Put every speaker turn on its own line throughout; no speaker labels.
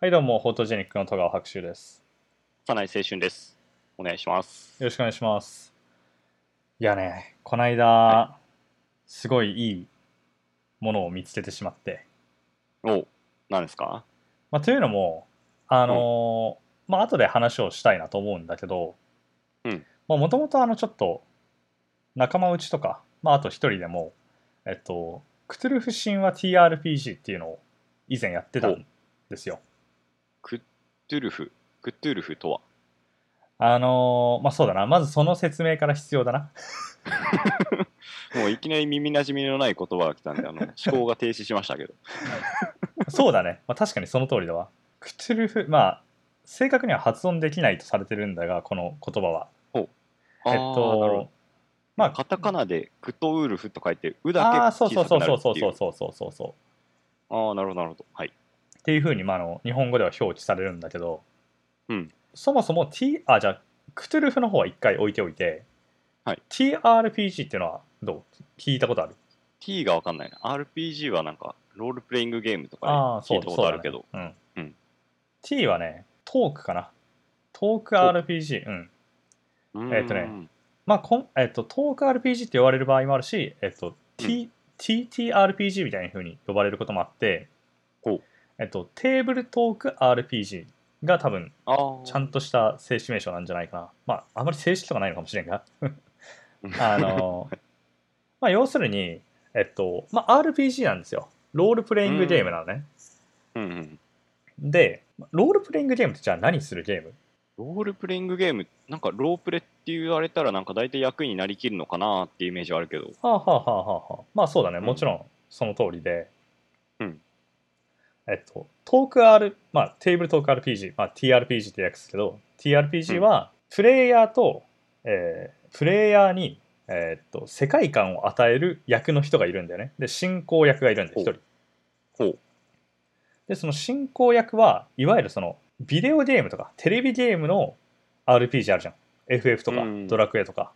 はいどうも、フォートジェニックの戸川白秋です。
さない青春です。お願いします。
よろしくお願いします。いやね、こないだ、
は
すごいいいものを見つけてしまって。
お、何ですか
まあ、というのも、あのーまあ後で話をしたいなと思うんだけど、
うん
もともとあのちょっと仲間内とか、まあ、あと一人でも、えっと、クトゥルフ神話 TRPG っていうのを以前やってたんですよ。
トゥルフ。クトゥルフとは
あのーまあそうだな、まずその説明から必要だな。
もういきなり耳なじみのない言葉が来たんで、あ の思考が停止しましたけど。
そうだね、まあ、確かにその通りだわクトゥルフまあ正確には発音できないとされてるんだがこの言葉は
あー
えっ
なるほど
とまあ
カタカナでクトウルフと書いて、うだけ
ああーそ
小
うそうそ
さく
う
な
そうそ
るっ
う
ていう。
そうそうそうそう
ああ、なるほど、なるほど。はい。
っていうふうに、まあ、あの日本語では表記されるんだけど、
うん
そもそも T あじゃあクトゥルフの方は一回置いておいて、
はい
TRPG っていうのはどう聞いたことある
T がわかんないな。RPG はなんか、ロールプレイングゲームとかね
ああそ
聞いうたことあるけど。
そうだねうん
うん
T はねトークかなトーク RPG うん
う
えっとね
ーん
まあこんえっと、トーク RPG って呼ばれる場合もあるし、えっと T TTRPG みたいな風に呼ばれることもあって
ほう、
えっと、テーブルトーク RPG が多分
あー
ちゃんとした正式名称なんじゃないかな、まあ、あまり正式とかないのかもしれ んが
うん
あの、まあ、要するに、えっとまあ、RPG なんですよロールプレイングゲームなのね、
うんうん。
でロールプレイングゲームってじゃあ何するゲーム
ロールプレイングゲーム、なんかロープレって言われたら、なんか大体役になりきるのかなーっていうイメージはあるけど。
はあはあはあはあはあまあそうだね
うん
もちろんその通りで、
うん
えっとトーク R まあテーブルトーク RPG、まあ、TRPG って訳すけど TRPG はプレイヤーと、えープレイヤーに、えーっと世界観を与える役の人がいるんだよねで進行役がいるんで
ほ
一
う
人
ほう。
でその進行役はいわゆるそのビデオゲームとかテレビゲームの RPG あるじゃん FF とか、
うん
ドラクエとか、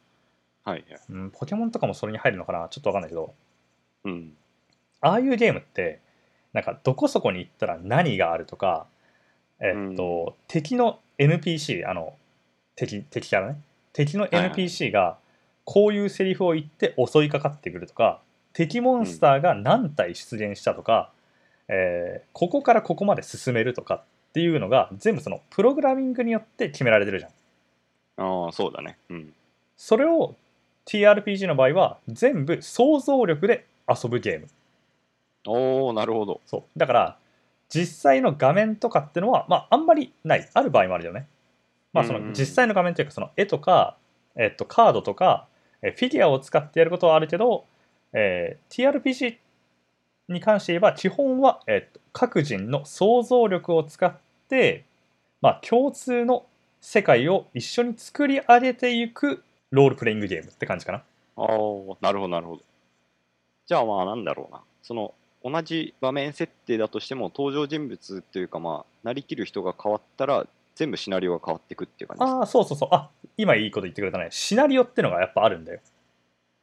はい。
うん、ポケモンとかもそれに入るのかなちょっとわかんないけど
うん。
ああいうゲームってなんかどこそこに行ったら何があるとか、えっと敵の NPC あの敵敵からね敵の
はいはい
NPC がこういうセリフを言って襲いかかってくるとか敵モンスターが何体出現したとか、えーここからここまで進めるとかっていうのが全部そのプログラミングによって決められてるじゃん。
ああ、そうだね。うん。
それを TRPG の場合は全部想像力で遊ぶゲーム。
おー、なるほど。
そうだから実際の画面とかってのは、まあ、あんまりないある場合もあるよね、まあ、そ
うんうんう
の
ん
実際の画面というかその絵とか、えっと、カードとかえフィギュアを使ってやることはあるけど、えー TRPG に関して言えば基本は、えっと、各人の想像力を使って、まあ、共通の世界を一緒に作り上げていくロールプレイングゲームって感じかな。
あー、なるほど、なるほど。じゃあまあ、なんだろうな。その、同じ場面設定だとしても、登場人物というか、まあ、なりきる人が変わったら、全部シナリオが変わっていくっていう感じです
ああそうそうそうあ今いいこと言ってくれたねシナリオってのがやっぱあるんだよ。
か。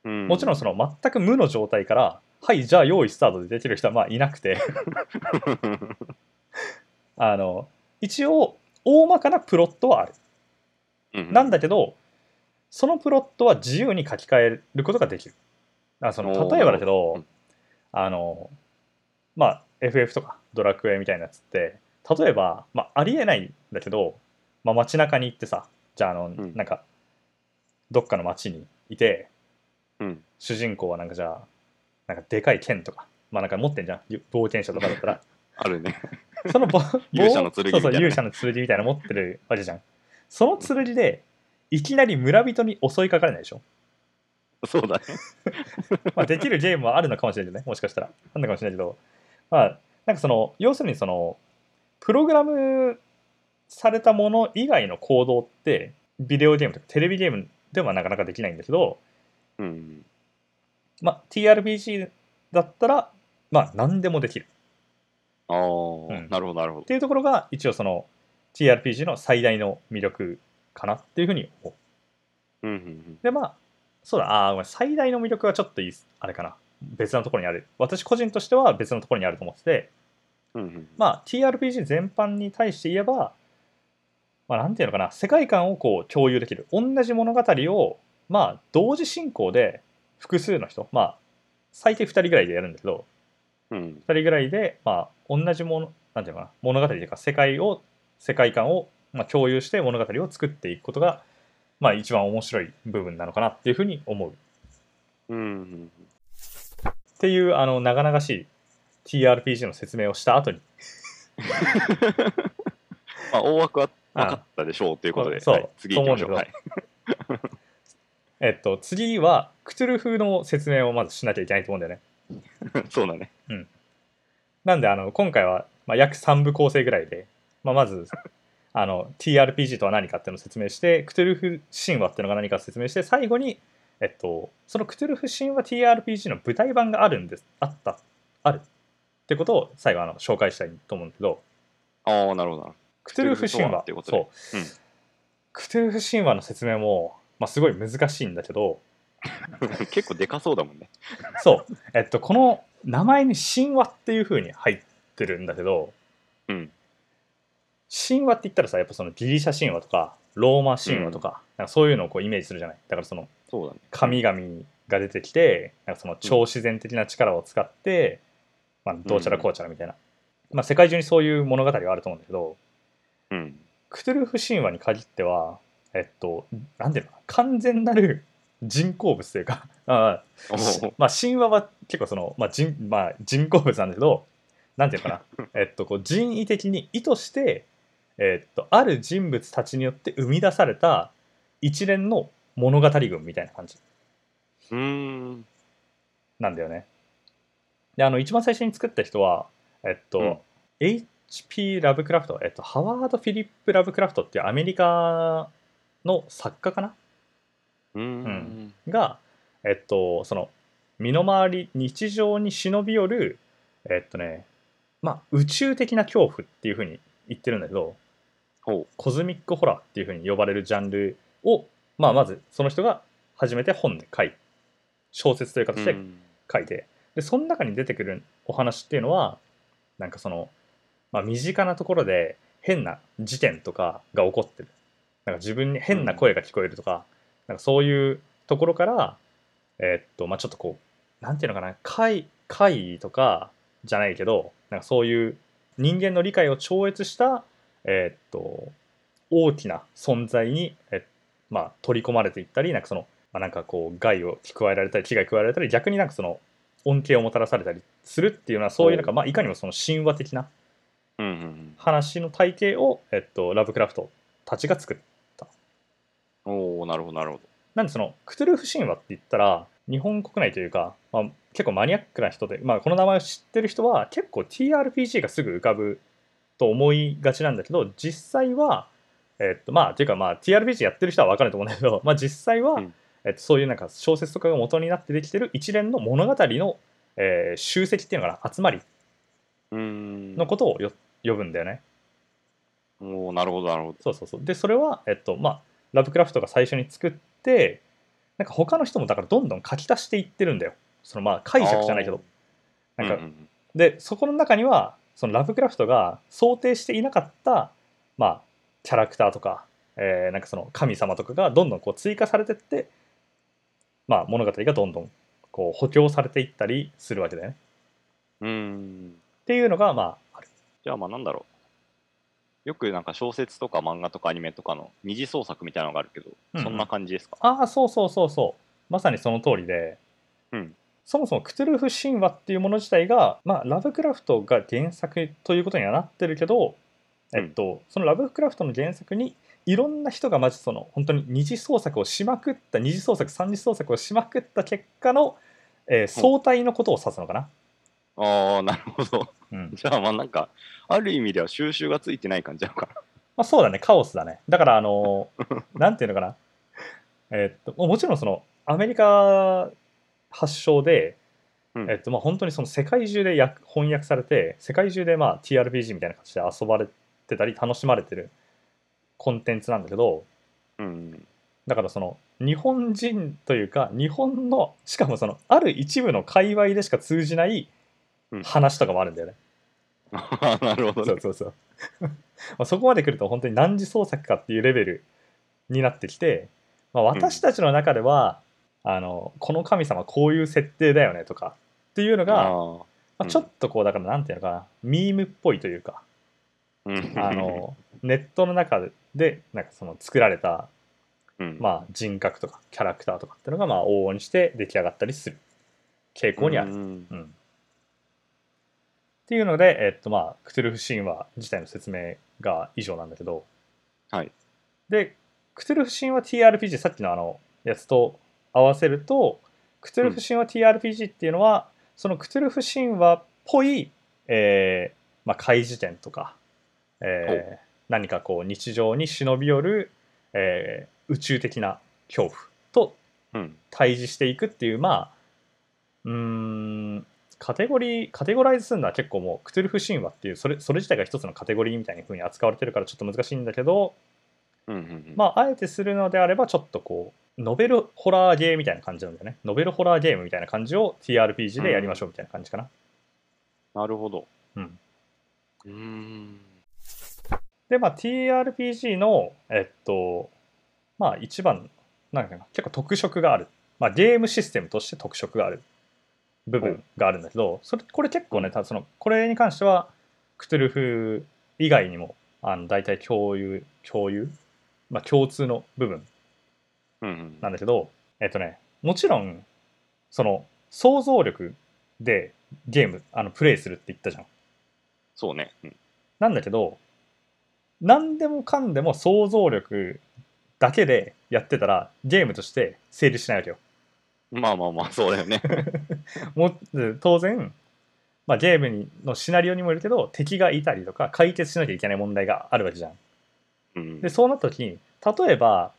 うん
もちろんその全く無の状態から、はい、じゃあ用意スタートで出てる人はまあいなくて、 あの、一応、大まかなプロットはある。
うん
なんだけど、そのプロットは自由に書き換えることができる。あその
おー
例えばだけど、
うん
あの、まあ、FF とかドラクエみたいなやつって、例えば、まあ、ありえないんだけど、まあ、街中に行ってさ、じゃあ、あの、
ん
なんか、どっかの街にいて、
うん。
主人公はなんかじゃあなんかでかい剣とかまあなんか持ってんじゃんゆ冒険者とかだったら
あるね。
そのぼ
勇者の剣みたいなね
そうそう勇者の剣みたいなの持ってるわけじゃんその剣でいきなり村人に襲いかかれないでしょ、
そうだね。
まあ、できるゲームはあるのかもしれないけどねもしかしたらあるのかもしれないけどまあなんかその要するにそのプログラムされたもの以外の行動ってビデオゲームとかテレビゲームではなかなかできないんだけど、
うん。
まあ、TRPG だったら、まあ、何でもできる
あー、
うん
なるほど、なるほ
っていうところが一応その TRPG の最大の魅力かなっていうふうに思う。
ど。うんうんうん。
でまあそうだあーごめん最大の魅力はちょっといいっすあれかな別のところにある私個人としては別のところにあると思ってて
うんうん
まあ、TRPG 全般に対して言えば、まあ、なんていうのかな世界観をこう共有できる同じ物語を、まあ、同時進行で複数の人、まあ、最低2人ぐらいでやるんだけど
うん
2人ぐらいで、まあ、同じものなんていうのかな物語というか世界を世界観を、まあ、共有して物語を作っていくことが、まあ、一番面白い部分なのかなっていうふうに思う。
うんうん
っていうあの長々しい TRPG の説明をした後に
まあ大枠はなかったでしょうということで、
そう
はい次行きましょう
そう思
はい
うんえっと、次はクトゥルフの説明をまずしなきゃいけないと思うんだよね。
そうだね
なんであの今回は、まあ、約3部構成ぐらいで、まあ、まず あの TRPG とは何かっていうのを説明してクトゥルフ神話っていうのが何かを説明して最後に、えっと、そのクトゥルフ神話 TRPG の舞台版があるんですあったあるってことを最後あの紹介したいと思うんだけど
ああなるほどなるほど
クトゥルフ神話
クトゥルフとはっていうこと
そ
ね
う、
うん
クトゥルフ神話の説明も、まあ、すごい難しいんだけ ど
結構でかそうだもんね。
そう、えっと、この名前に神話っていう風に入ってるんだけど、
うん
神話って言ったらさやっぱそのギリシャ神話とかローマ神話とか,、なんかそういうのをこうイメージするじゃないだからその
そうだね。
神々が出てきてなんかその超自然的な力を使って、まあ、どうちゃらこうちゃらみたいな、まあ、世界中にそういう物語はあると思うんだけど
うん。
クトゥルフ神話に限ってはえっとなんていうのかな完全なる人工物というか ああ
おー
まあ、神話は結構その、まあ人まあ、人工物なんだけどなんていうのか な、えっと、こう人為的に意図して、えっと、ある人物たちによって生み出された一連の物語群みたいな感じ
うーん。
なんだよね。であの一番最初に作った人は、えっと
うん
HP ラブクラフト、えっと、ハワード・フィリップ・ラブクラフトっていうアメリカの作家かな
うー
うんん。が、えっと、その身の回り日常に忍び寄る、えっとねまあ、宇宙的な恐怖っていうふうに言ってるんだけど
ほ
コズミックホラーっていうふうに呼ばれるジャンルを、まあ、まずその人が初めて本で書い小説という
う。う
形で
ん
書いて、でその中に出てくるお話っていうのはなんかその、まあ、身近なところで変な事件とかが起こってるなんか自分に変な声が聞こえるとか,、なんかそういうところから、えーっとまあ、ちょっとこうなんていうのかな怪怪異とかじゃないけどなんかそういう人間の理解を超越した、えーっと大きな存在に、えまあ、取り込まれていったりなんかそのまあ、なんかこう害を加えられたり危害を加えられたり逆になんかその恩恵をもたらされたりするっていうのはそういうなんかまあいかにもその神話的な
うんうん。
話の体系を、えっと、ラブクラフトたちが作る
おおなるほどなるほ
なんでそのクトゥルフ神話って言ったら日本国内というか、まあ、結構マニアックな人で、まあ、この名前を知ってる人は結構 TRPG がすぐ浮かぶと思いがちなんだけど実際はえっとまあというかまあ TRPG やってる人は分かると思うんだけど、 まあ、実際は、
うん
えっと、そういうなんか小説とかが元になってできてる一連の物語の、えー集積っていうのかな集まり
ど。うーん。
のことをよ呼ぶんだよね。
おおなるほどなるほど。
そうそうそうでそれは、えっとまあ、ラブクラフトが最初に作ってなんか他の人もだからどんどん書き足していってるんだよそのまあ解釈じゃないけどなんか、
うんうん
でそこの中にはそのラブクラフトが想定していなかった、まあ、キャラクターとか,、えーなんかその神様とかがどんどんこう追加されてって、まあ、物語がどんどんこう補強されていったりするわけだよね
うん。うーん。
っていうのがまあある
じゃあまあなんだろう。よくなんか小説とか漫画とかアニメとかの二次創作みたいなのがあるけど、
うんうん
そんな感じですか。
ああそうそうそうそうまさにその通りで、
うん
そもそもクトゥルフ神話っていうもの自体が、まあ、ラブクラフトが原作ということにはなってるけど、
うん
えっと、そのラブクラフトの原作にいろんな人がまずその本当に二次創作をしまくった二次創作三次創作をしまくった結果の、えー総体のことを指すのかな。
ああなるほど。
うん
じゃあまあなんかある意味では収集がついてない感じなのかな。
まあ、そうだねカオスだねだからあ のなんていうのかなえっともちろんそのアメリカ発祥で、
うん
えっとまあ本当にその世界中で訳翻訳されて世界中でまあ TRPG みたいな形で遊ばれてたり楽しまれてるコンテンツなんだけど
うん。
だからその日本人というか日本のしかもそのある一部の界隈でしか通じない
うん
話とかもあるんだよね。
ああなるほ
そ
ど
う
ね。
そうそう。 まあそこまで来ると本当に何次創作かっていうレベルになってきて、まあ、私たちの中では、あのこの神様こういう設定だよねとかっていうのが
あ
まあ、ちょっとこうだからなんていうのかなミームっぽいというか
ー
あ、のネットの中でなんかその作られた、
うん
まあ、人格とかキャラクターとかっていうのがまあ往々にして出来上がったりする傾向にある。
うん
うんっていうので、えっとまあ、クトゥルフ神話自体の説明が以上なんだけど、
はい、
でクトゥルフ神話 TRPG さっきのあのやつと合わせるとクトゥルフ神話 TRPG っていうのは、そのクトゥルフ神話っぽい、えーまあ、開示点とか、
ほ
えー何かこう日常に忍び寄る、えー宇宙的な恐怖と
うん
対峙していくっていうまあうーんカテゴリーカテゴライズするのは結構もうクトゥルフ神話っていうそれそれ自体が一つのカテゴリーみたいな風に扱われてるからちょっと難しいんだけど、
うんうんうん
まああえてするのであればちょっとこうノベルホラーゲーみたいな感じなんだよねノベルホラーゲームみたいな感じを TRPG でやりましょうみたいな感じかな、
なるほど。
うん
うーん。
でまあ TRPG のえっとまあ一番なんかな結構特色がある、まあ、ゲームシステムとして特色がある部分があるんだけどそれこれ結構ねただそのこれに関してはクトゥルフ以外にもあの大体共有共有、まあ、共通の部分
うんうん
なんだけどえっとねもちろんその想像力でゲームあのプレイするって言ったじゃん。
そうね。うん
なんだけど何でもかんでも想像力だけでやってたらゲームとして成立しないわけよ。
まあまあまあ、そうだよね。
もう当然、まあ、ゲームにのシナリオにもよるけど敵がいたりとか解決しなきゃいけない問題があるわけじゃん。
うん
でそうなった時に例えば、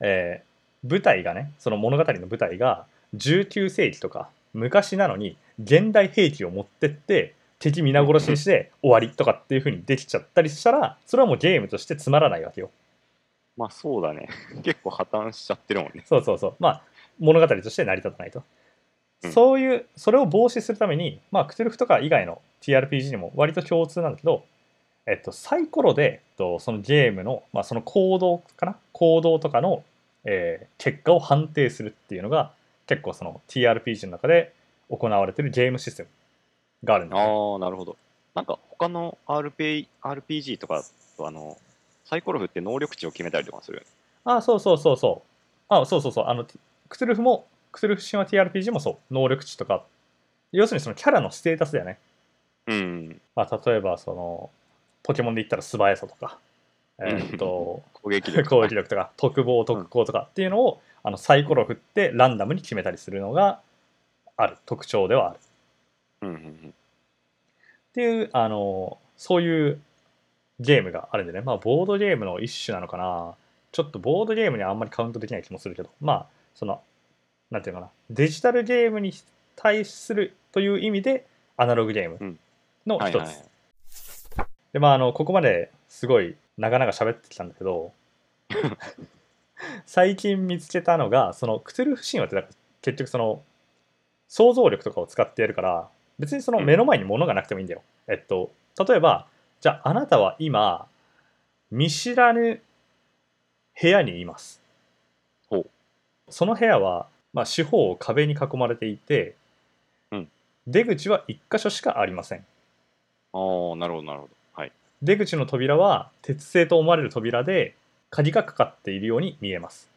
えー舞台がねその物語の舞台が19世紀とか昔なのに現代兵器を持ってって敵皆殺しにして終わりとかっていう風にできちゃったりしたらそれはもうゲームとしてつまらないわけよ。
まあそうだね。 結構破綻しちゃってるもん ね。
そうそうそう。まあ、物語として成り立たないと。
うん
そういう、それを防止するために、まあ、クトゥルフとか以外の TRPG にも割と共通なんだけど、えっと、サイコロで、えっと、そのゲームの、まあ、その行動かな行動とかの、えー結果を判定するっていうのが、結構その TRPG の中で行われてるゲームシステムがあるんだよね、
ああ、なるほど。なんか他の RP RPG とかとあの、サイコロフって能力値を決めたりとかするよね。
ああ、そうそうそうそう。あそうそうそう。あの、クトゥルフも、クトゥルフ神話 TRPG もそう。能力値とか、要するにそのキャラのステータスだよね。
うん。
まあ、例えばそのポケモンで言ったら素早さとか、えーっと
攻撃力。
攻撃力とか特防特攻とかっていうのを、あのサイコロ振ってランダムに決めたりするのがある特徴ではある
うんうんうん。
っていうあのそういうゲームがあるんでね、まあ、ボードゲームの一種なのかなちょっとボードゲームにはあんまりカウントできない気もするけどまあそのなんていうのかなデジタルゲームに対するという意味でアナログゲームの
はい
一
はいは
つ
い。
でまああのここまですごい長々喋ってきたんだけ ど最近見つけたのがそのクトゥルフ神話ってだから結局その想像力とかを使ってやるから別にその目の前に物がなくてもいいんだよ。えっと例えばじゃああなたは今見知らぬ部屋にいます。
ほう
その部屋は、まあ、四方を壁に囲まれていて、
うん
出口は1箇所しかありません。
ああ、なるほど、なるほど。はい。
出口の扉は鉄製と思われる扉で鍵がかかっているように見えます、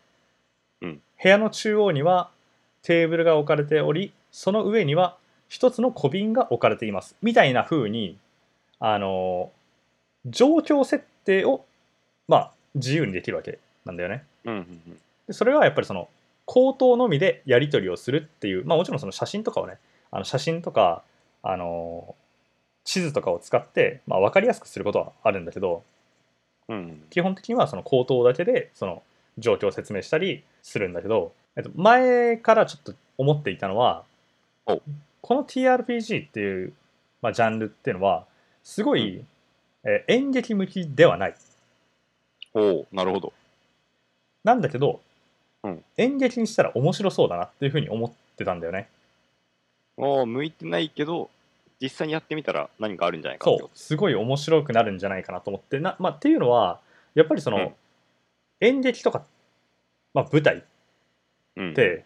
うん
部屋の中央にはテーブルが置かれておりその上には一つの小瓶が置かれていますみたいな風にあの状況設定をまあ自由にできるわけなんだよね
うんうんうん。
でそれはやっぱりその口頭のみでやり取りをするっていうまあもちろんその写真とかをねあの写真とかあの地図とかを使って、まあ、分かりやすくすることはあるんだけど
うんうん、
基本的にはその口頭だけでその状況を説明したりするんだけど、えっと、前からちょっと思っていたのは
お
この TRPG っていう、まあ、ジャンルっていうのはすごい、えー演劇向きではない
おお、なるほど。
なんだけど、
うん
演劇にしたら面白そうだなっていうふうに思ってたんだよね。
おお、向いてないけど、実際にやってみたら何かあるんじゃないかって
そ
こ
うすごい面白くなるんじゃないかなと思ってな、まあ、っていうのはやっぱりその、
うん
演劇とか、まあ、舞台っ
とうん、
て、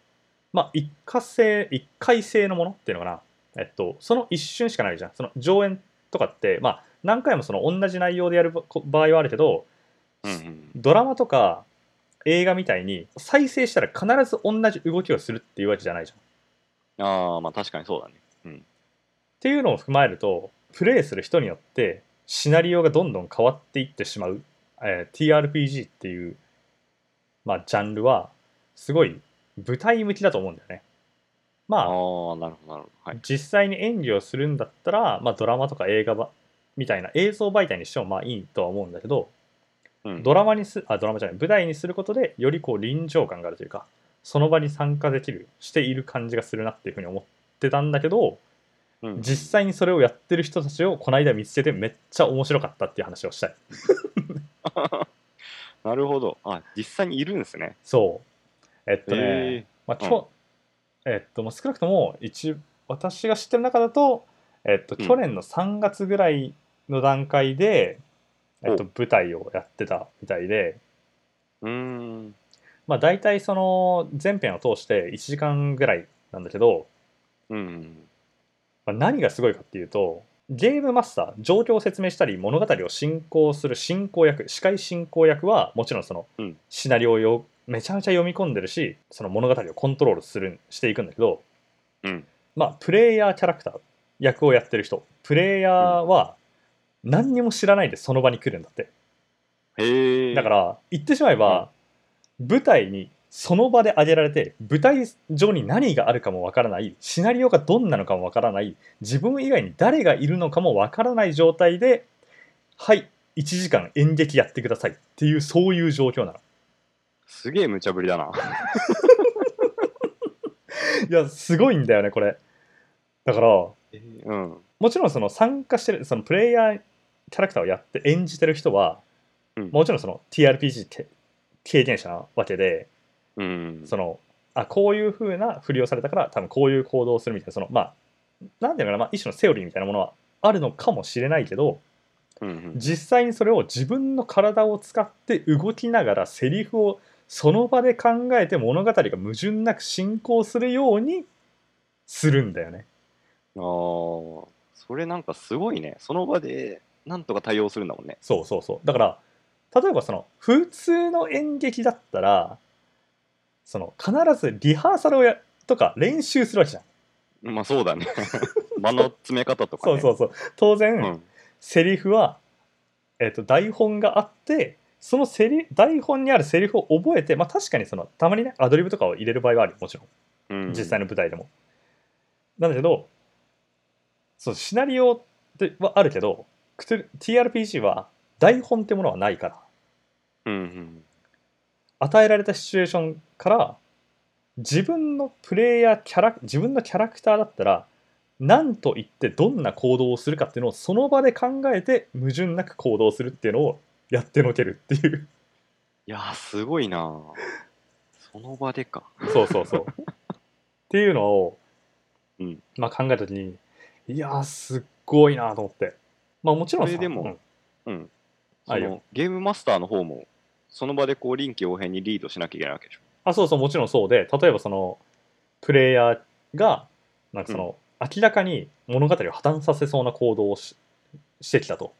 まあ、一過性一回性のものっていうのかな、えっと、その一瞬しかないじゃんその上演とかって、まあ、何回もその同じ内容でやるばこ場合はあるけど
うんうん
ドラマとか映画みたいに再生したら必ず同じ動きをするっていうわけじゃないじゃん。っ
ああまあ確かにそうだねうん
ていうのを踏まえるとプレイする人によってシナリオがどんどん変わっていってしまう、えー TRPG っていう、まあ、ジャンルはすごい舞台向きだと思うんだよね。ま
あ
あ
あなるほどなるほどはい
実際に演技をするんだったら、まあ、ドラマとか映画ばみたいな映像媒体にしてもまあいいとは思うんだけど、
うん
ドラマにすあドラマじゃない舞台にすることでよりこう臨場感があるというかその場に参加できるしている感じがするなっていうふうに思ってたんだけど
うん
実際にそれをやってる人たちをこの間見つけてめっちゃ面白かったっていう話をしたい
なるほどあ実際にいるんですね
そうえっとね、
え
まあ
うん
きょえっとまあ、少なくとも一私が知ってる中だと、えっと、
うん
去年の3月ぐらいの段階で、えっと
お、
舞台をやってたみたいで、
えー、うーん
まあ、大体その前編を通して1時間ぐらいなんだけど、
うん
まあ、何がすごいかっていうとゲームマスター状況を説明したり物語を進行する進行役司会進行役はもちろんその
うん
シナリオをよめちゃめちゃ読み込んでるしその物語をコントロールするしていくんだけど、
うん
まあ、プレイヤーキャラクター役をやってる人プレイヤーは何にも知らないでその場に来るんだって
へえ
だから言ってしまえば、舞台にその場で挙げられて舞台上に何があるかもわからないシナリオがどんなのかもわからない自分以外に誰がいるのかもわからない状態ではい1時間演劇やってくださいっていうそういう状況なの。
すげえ無茶ぶりだな
いやすごいんだよねこれ。だからも
うん
ちろんその参加してるそのプレイヤーキャラクターをやって演じてる人は、
うん
もちろんその TRPG け経験者なわけで、
うん
そのあこういうふうなふりをされたから多分こういう行動をするみたいなそのまあなんていうのかな、まあ、一種のセオリーみたいなものはあるのかもしれないけど
うんうん
実際にそれを自分の体を使って動きながらセリフをその場で考えて物語が矛盾なく進行するようにするんだよね。
あーそれなんかすごいねその場でなんとか対応するんだもんね
そうそうそうだから例えばその普通の演劇だったらその必ずリハーサルをやとか練習するわけじゃん。
まあそう だね間の詰め方とか
そ
ね
うそううそう当然、
うん
セリフは、えっと台本があってそのセリ台本にあるセリフを覚えて、まあ、確かにそのたまにねアドリブとかを入れる場合はあるよもちろん
うん
実際の舞台でも。なんだけどそうシナリオってはあるけどクトゥル TRPG は台本ってものはないから
うんうん
与えられたシチュエーションから自分のプレイヤーキャラ自分のキャラクターだったら何と言ってどんな行動をするかっていうのをその場で考えて矛盾なく行動するっていうのをやってのけるって いう
いやーすごいなーその場でか
そうそうそうっていうのを、
うん
まあ、考えた時にいやーすっごいなと思ってまあもちろんさ
それでも
うん
うん
あ
そ
いいよ
のゲームマスターの方もその場でこう臨機応変にリードしなきゃいけないわけでしょ
あそうそうもちろんそうで例えばそのプレイヤーがなんかその、明らかに物語を破綻させそうな行動をししてきたと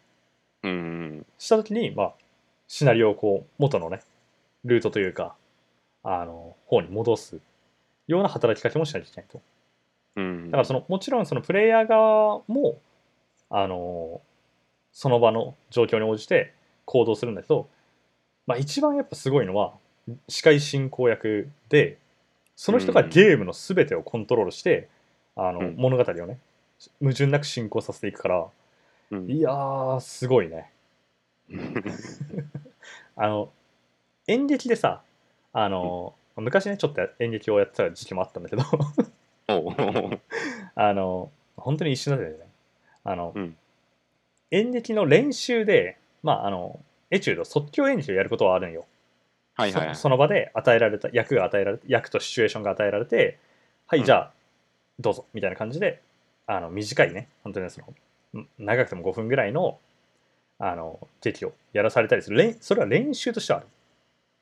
うんうん
した時に、まあ、シナリオをこう元のねルートというかあの方に戻すような働きかけもしなきゃいけないと
うん
だからそのもちろんそのプレイヤー側もあのその場の状況に応じて行動するんだけど、まあ、一番やっぱすごいのは司会進行役でその人が
うん
ゲームの全てをコントロールして、あの
うん
物語をね矛盾なく進行させていくから
うん
いやーすごいねあの演劇でさあの、昔ねちょっと演劇をやってた時期もあったんだけど
おう
あの本当に一瞬だったよねあの、
うん
演劇の練習でまああのエチュード即興演劇をやることはあるんよ、
はいはいはい
そその場で与えられた役が与えられ役とシチュエーションが与えられてはい、
うん
じゃあどうぞみたいな感じであの短いね、本当にそのん長くても5分ぐらいのあの劇をやらされたりする練、それは練習としてはある。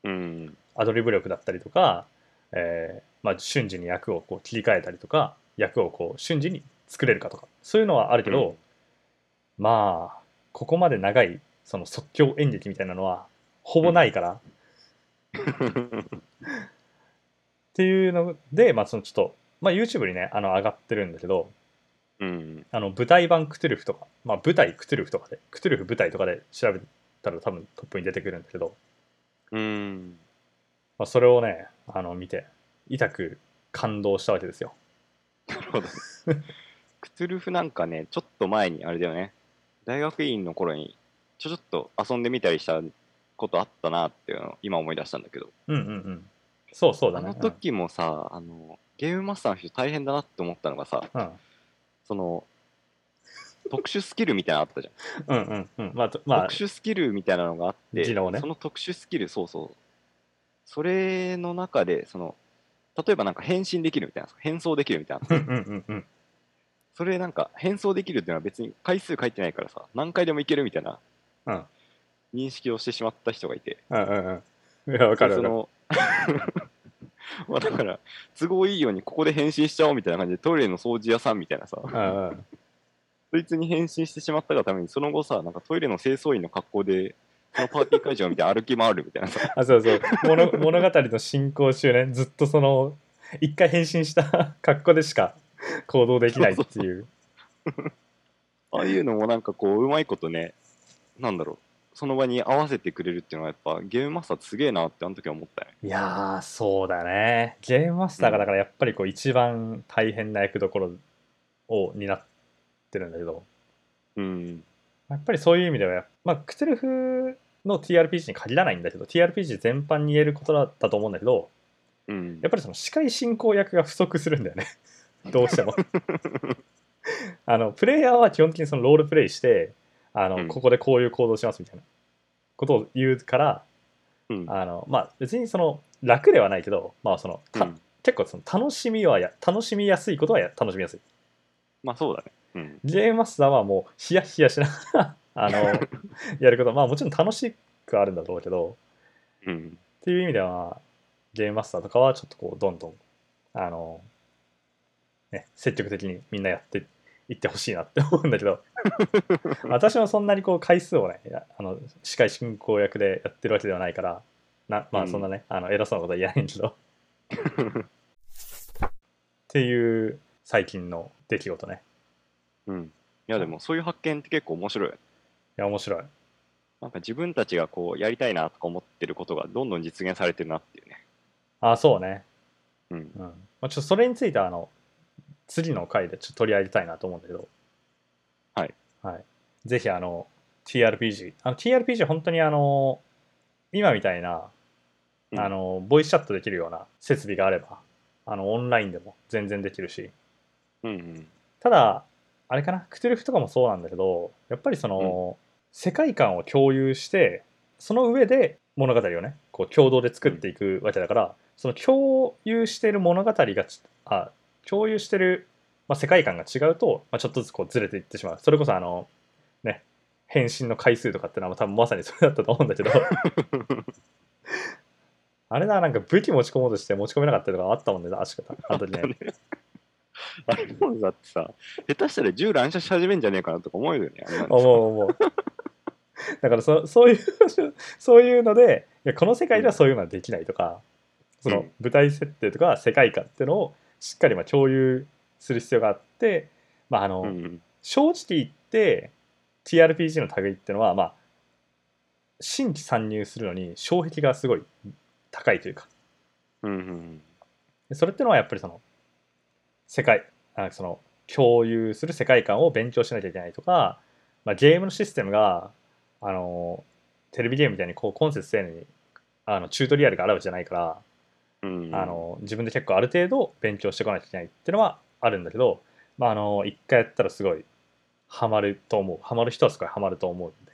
うん。
アドリブ力だったりとか、えーまあ、瞬時に役をこう切り替えたりとか、役をこう瞬時に作れるかとか、そういうのはあるけど、まあ、ここまで長いその即興演劇みたいなのはほぼないから、っていうので、まあ、そのちょっと、まあ、YouTube にねあの上がってるんだけど
うん。
あの舞台版クトゥルフとか、まあ、舞台クトゥルフとかでクトゥルフ舞台とかで調べたら多分トップに出てくるんだけど、
うん。
まあ、それをねあの見て痛く感動したわけですよ
な るほど。クトゥルフなんかね、ちょっと前に、あれだよね、大学院の頃に、ちょちょっと遊んでみたりしたことあったなっていうのを今思い出したんだけど、
うんうんうんそうそうだ
あ
ね
の時もさ、あの、ゲームマスターの人大変だなって思ったのがさ、
うん、
その、特殊スキルみたいなのあったじゃん。
うんうんうんまあとまあ
特殊スキルみたいなのがあって、
技能ね
その特殊スキル、そうそう。それの中で、その、例えばなんか変身できるみたいな、変装できるみたいな。
うんうんうんうん
それなんか変装できるっていうのは別に回数書いてないからさ何回でもいけるみたいな
うん
認識をしてしまった人がいて、
うんうんうんいやわかるわ
そ
かる
の まあだから都合いいようにここで変身しちゃおうみたいな感じでトイレの掃除屋さんみたいなさ
うんうん
そいつに変身してしまったがためにその後さなんかトイレの清掃員の格好でそのパーティー会場みたいな歩き回るみたいなさ
あそうそう物物語の進行中ねずっとその一回変身した格好でしか行動できないっていう
ああいうのもなんかこううまいことねなんだろうその場に合わせてくれるっていうのはやっぱゲームマスターすげえなってあの時は思ったよね
いやーそうだねゲームマスターがだからやっぱりこう一番大変な役どころを担ってるんだけど
うん
やっぱりそういう意味ではまあクトゥルフの TRPG に限らないんだけど TRPG 全般に言えることだったと思うんだけど
うん
やっぱりその司会進行役が不足するんだよね どうしても あのプレイヤーは基本的にそのロールプレイしてあの、
うん
ここでこういう行動しますみたいなことを言うから
うん
あのまあ別にその楽ではないけどまあその、た
うん
結構その楽しみはや楽しみやすいことはや楽しみやすい
まあそうだねうん
ゲームマスターはもうヒヤヒヤしな がらあのやることまあもちろん楽しくはあるんだろうけど
うん、
っていう意味ではゲームマスターとかはちょっとこうどんどんあのね積極的にみんなやっていってほしいなって思うんだけ ど私もそんなにこう回数をねやあの司会進行役でやってるわけではないからなま
う
あ
ん
そんなね、あの偉そうなことは言えないんだ けどっていう最近の出来事ね
うん、いやでもそういう発見って結構面白いよね
いや面白い
なんか自分たちがこうやりたいなとか思ってることがどんどん実現されてるなっていうね
あそうね
うん
うんまあ、ちょっとそれについてはあの次の回でちょっと取り上げたいなと思うんだけど
はい、
はい、ぜひあの TRPG あの TRPG 本当にあの今みたいな、
うん
あのボイスチャットできるような設備があればあのオンラインでも全然できるし
うんうん
ただあれかなクトゥルフとかもそうなんだけどやっぱりその、世界観を共有してその上で物語をねこう共同で作っていくわけだから、その共有してる物語がちあ共有してる、まあ、世界観が違うと、まあ、ちょっとずつこうずれていってしまうそれこそあのね変身の回数とかってのは多分まさにそれだったと思うんだけ どあれだなんか武器持ち込もうとして持ち込めなかったりとかあったもんね確か あの時ね
あれもだってさ下手したら銃乱射し始めんじゃねえかなとか思うよねあれなんか
思う思うだからそそういうそういうのでいやこの世界ではそういうのはできないとかその
うん
舞台設定とか世界観っていうのをしっかりまあ共有する必要があって、まああの
うんうん
正直言って TRPG の類っていうのは、まあ、新規参入するのに障壁がすごい高いというか
うんうん
でそれってのはやっぱりその世界あその共有する世界観を勉強しなきゃいけないとか、まあ、ゲームのシステムがあのテレビゲームみたいにこう今節丁寧にあのチュートリアルがあるわけじゃないから、
うんうん
あの自分で結構ある程度勉強してこなきゃいけないっていうのはあるんだけど、まあ、あの一回やったらすごいハマると思うハマる人はすごいハマると思うんで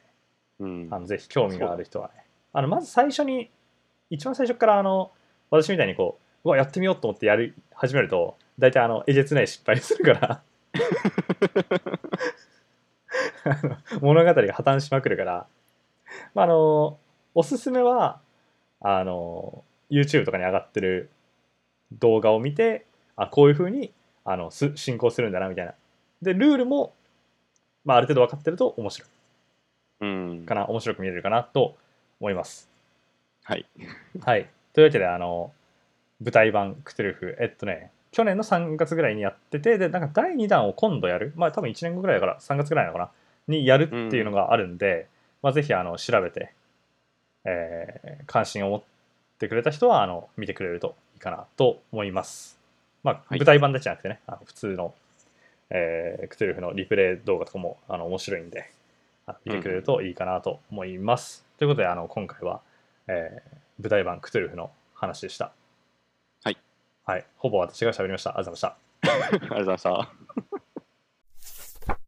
うん
あのぜひ興味がある人はねあのまず最初に一番最初からあの私みたいにこううわやってみようと思ってやり始めると大体あのえげつない失敗するから あの物語が破綻しまくるから、まあ、あのおすすめはあの YouTube とかに上がってる動画を見てあこういう風にあのす進行するんだなみたいなでルールも、まあ、ある程度分かってると面白い
うん
か。な面白く見れるかなと思います
はい。
はいというわけであの舞台版クトゥルフえっとね去年の3月ぐらいにやっててでなんか第2弾を今度やるまあ多分1年後ぐらいだから3月ぐらいなのかなにやるっていうのがあるんで、まあ、ぜひあの調べて、えー関心を持ってくれた人はあの見てくれるといいかなと思います。まあ、
はい
舞台版だけじゃなくてね、あの普通の、えークトゥルフのリプレイ動画とかもあの面白いんで、あ見てくれるといいかなと思います。ということで、あの今回は、えー舞台版クトゥルフの話でした。
はい。
はい。ほぼ私が喋りました。ありがとうございました。
ありがとうございました。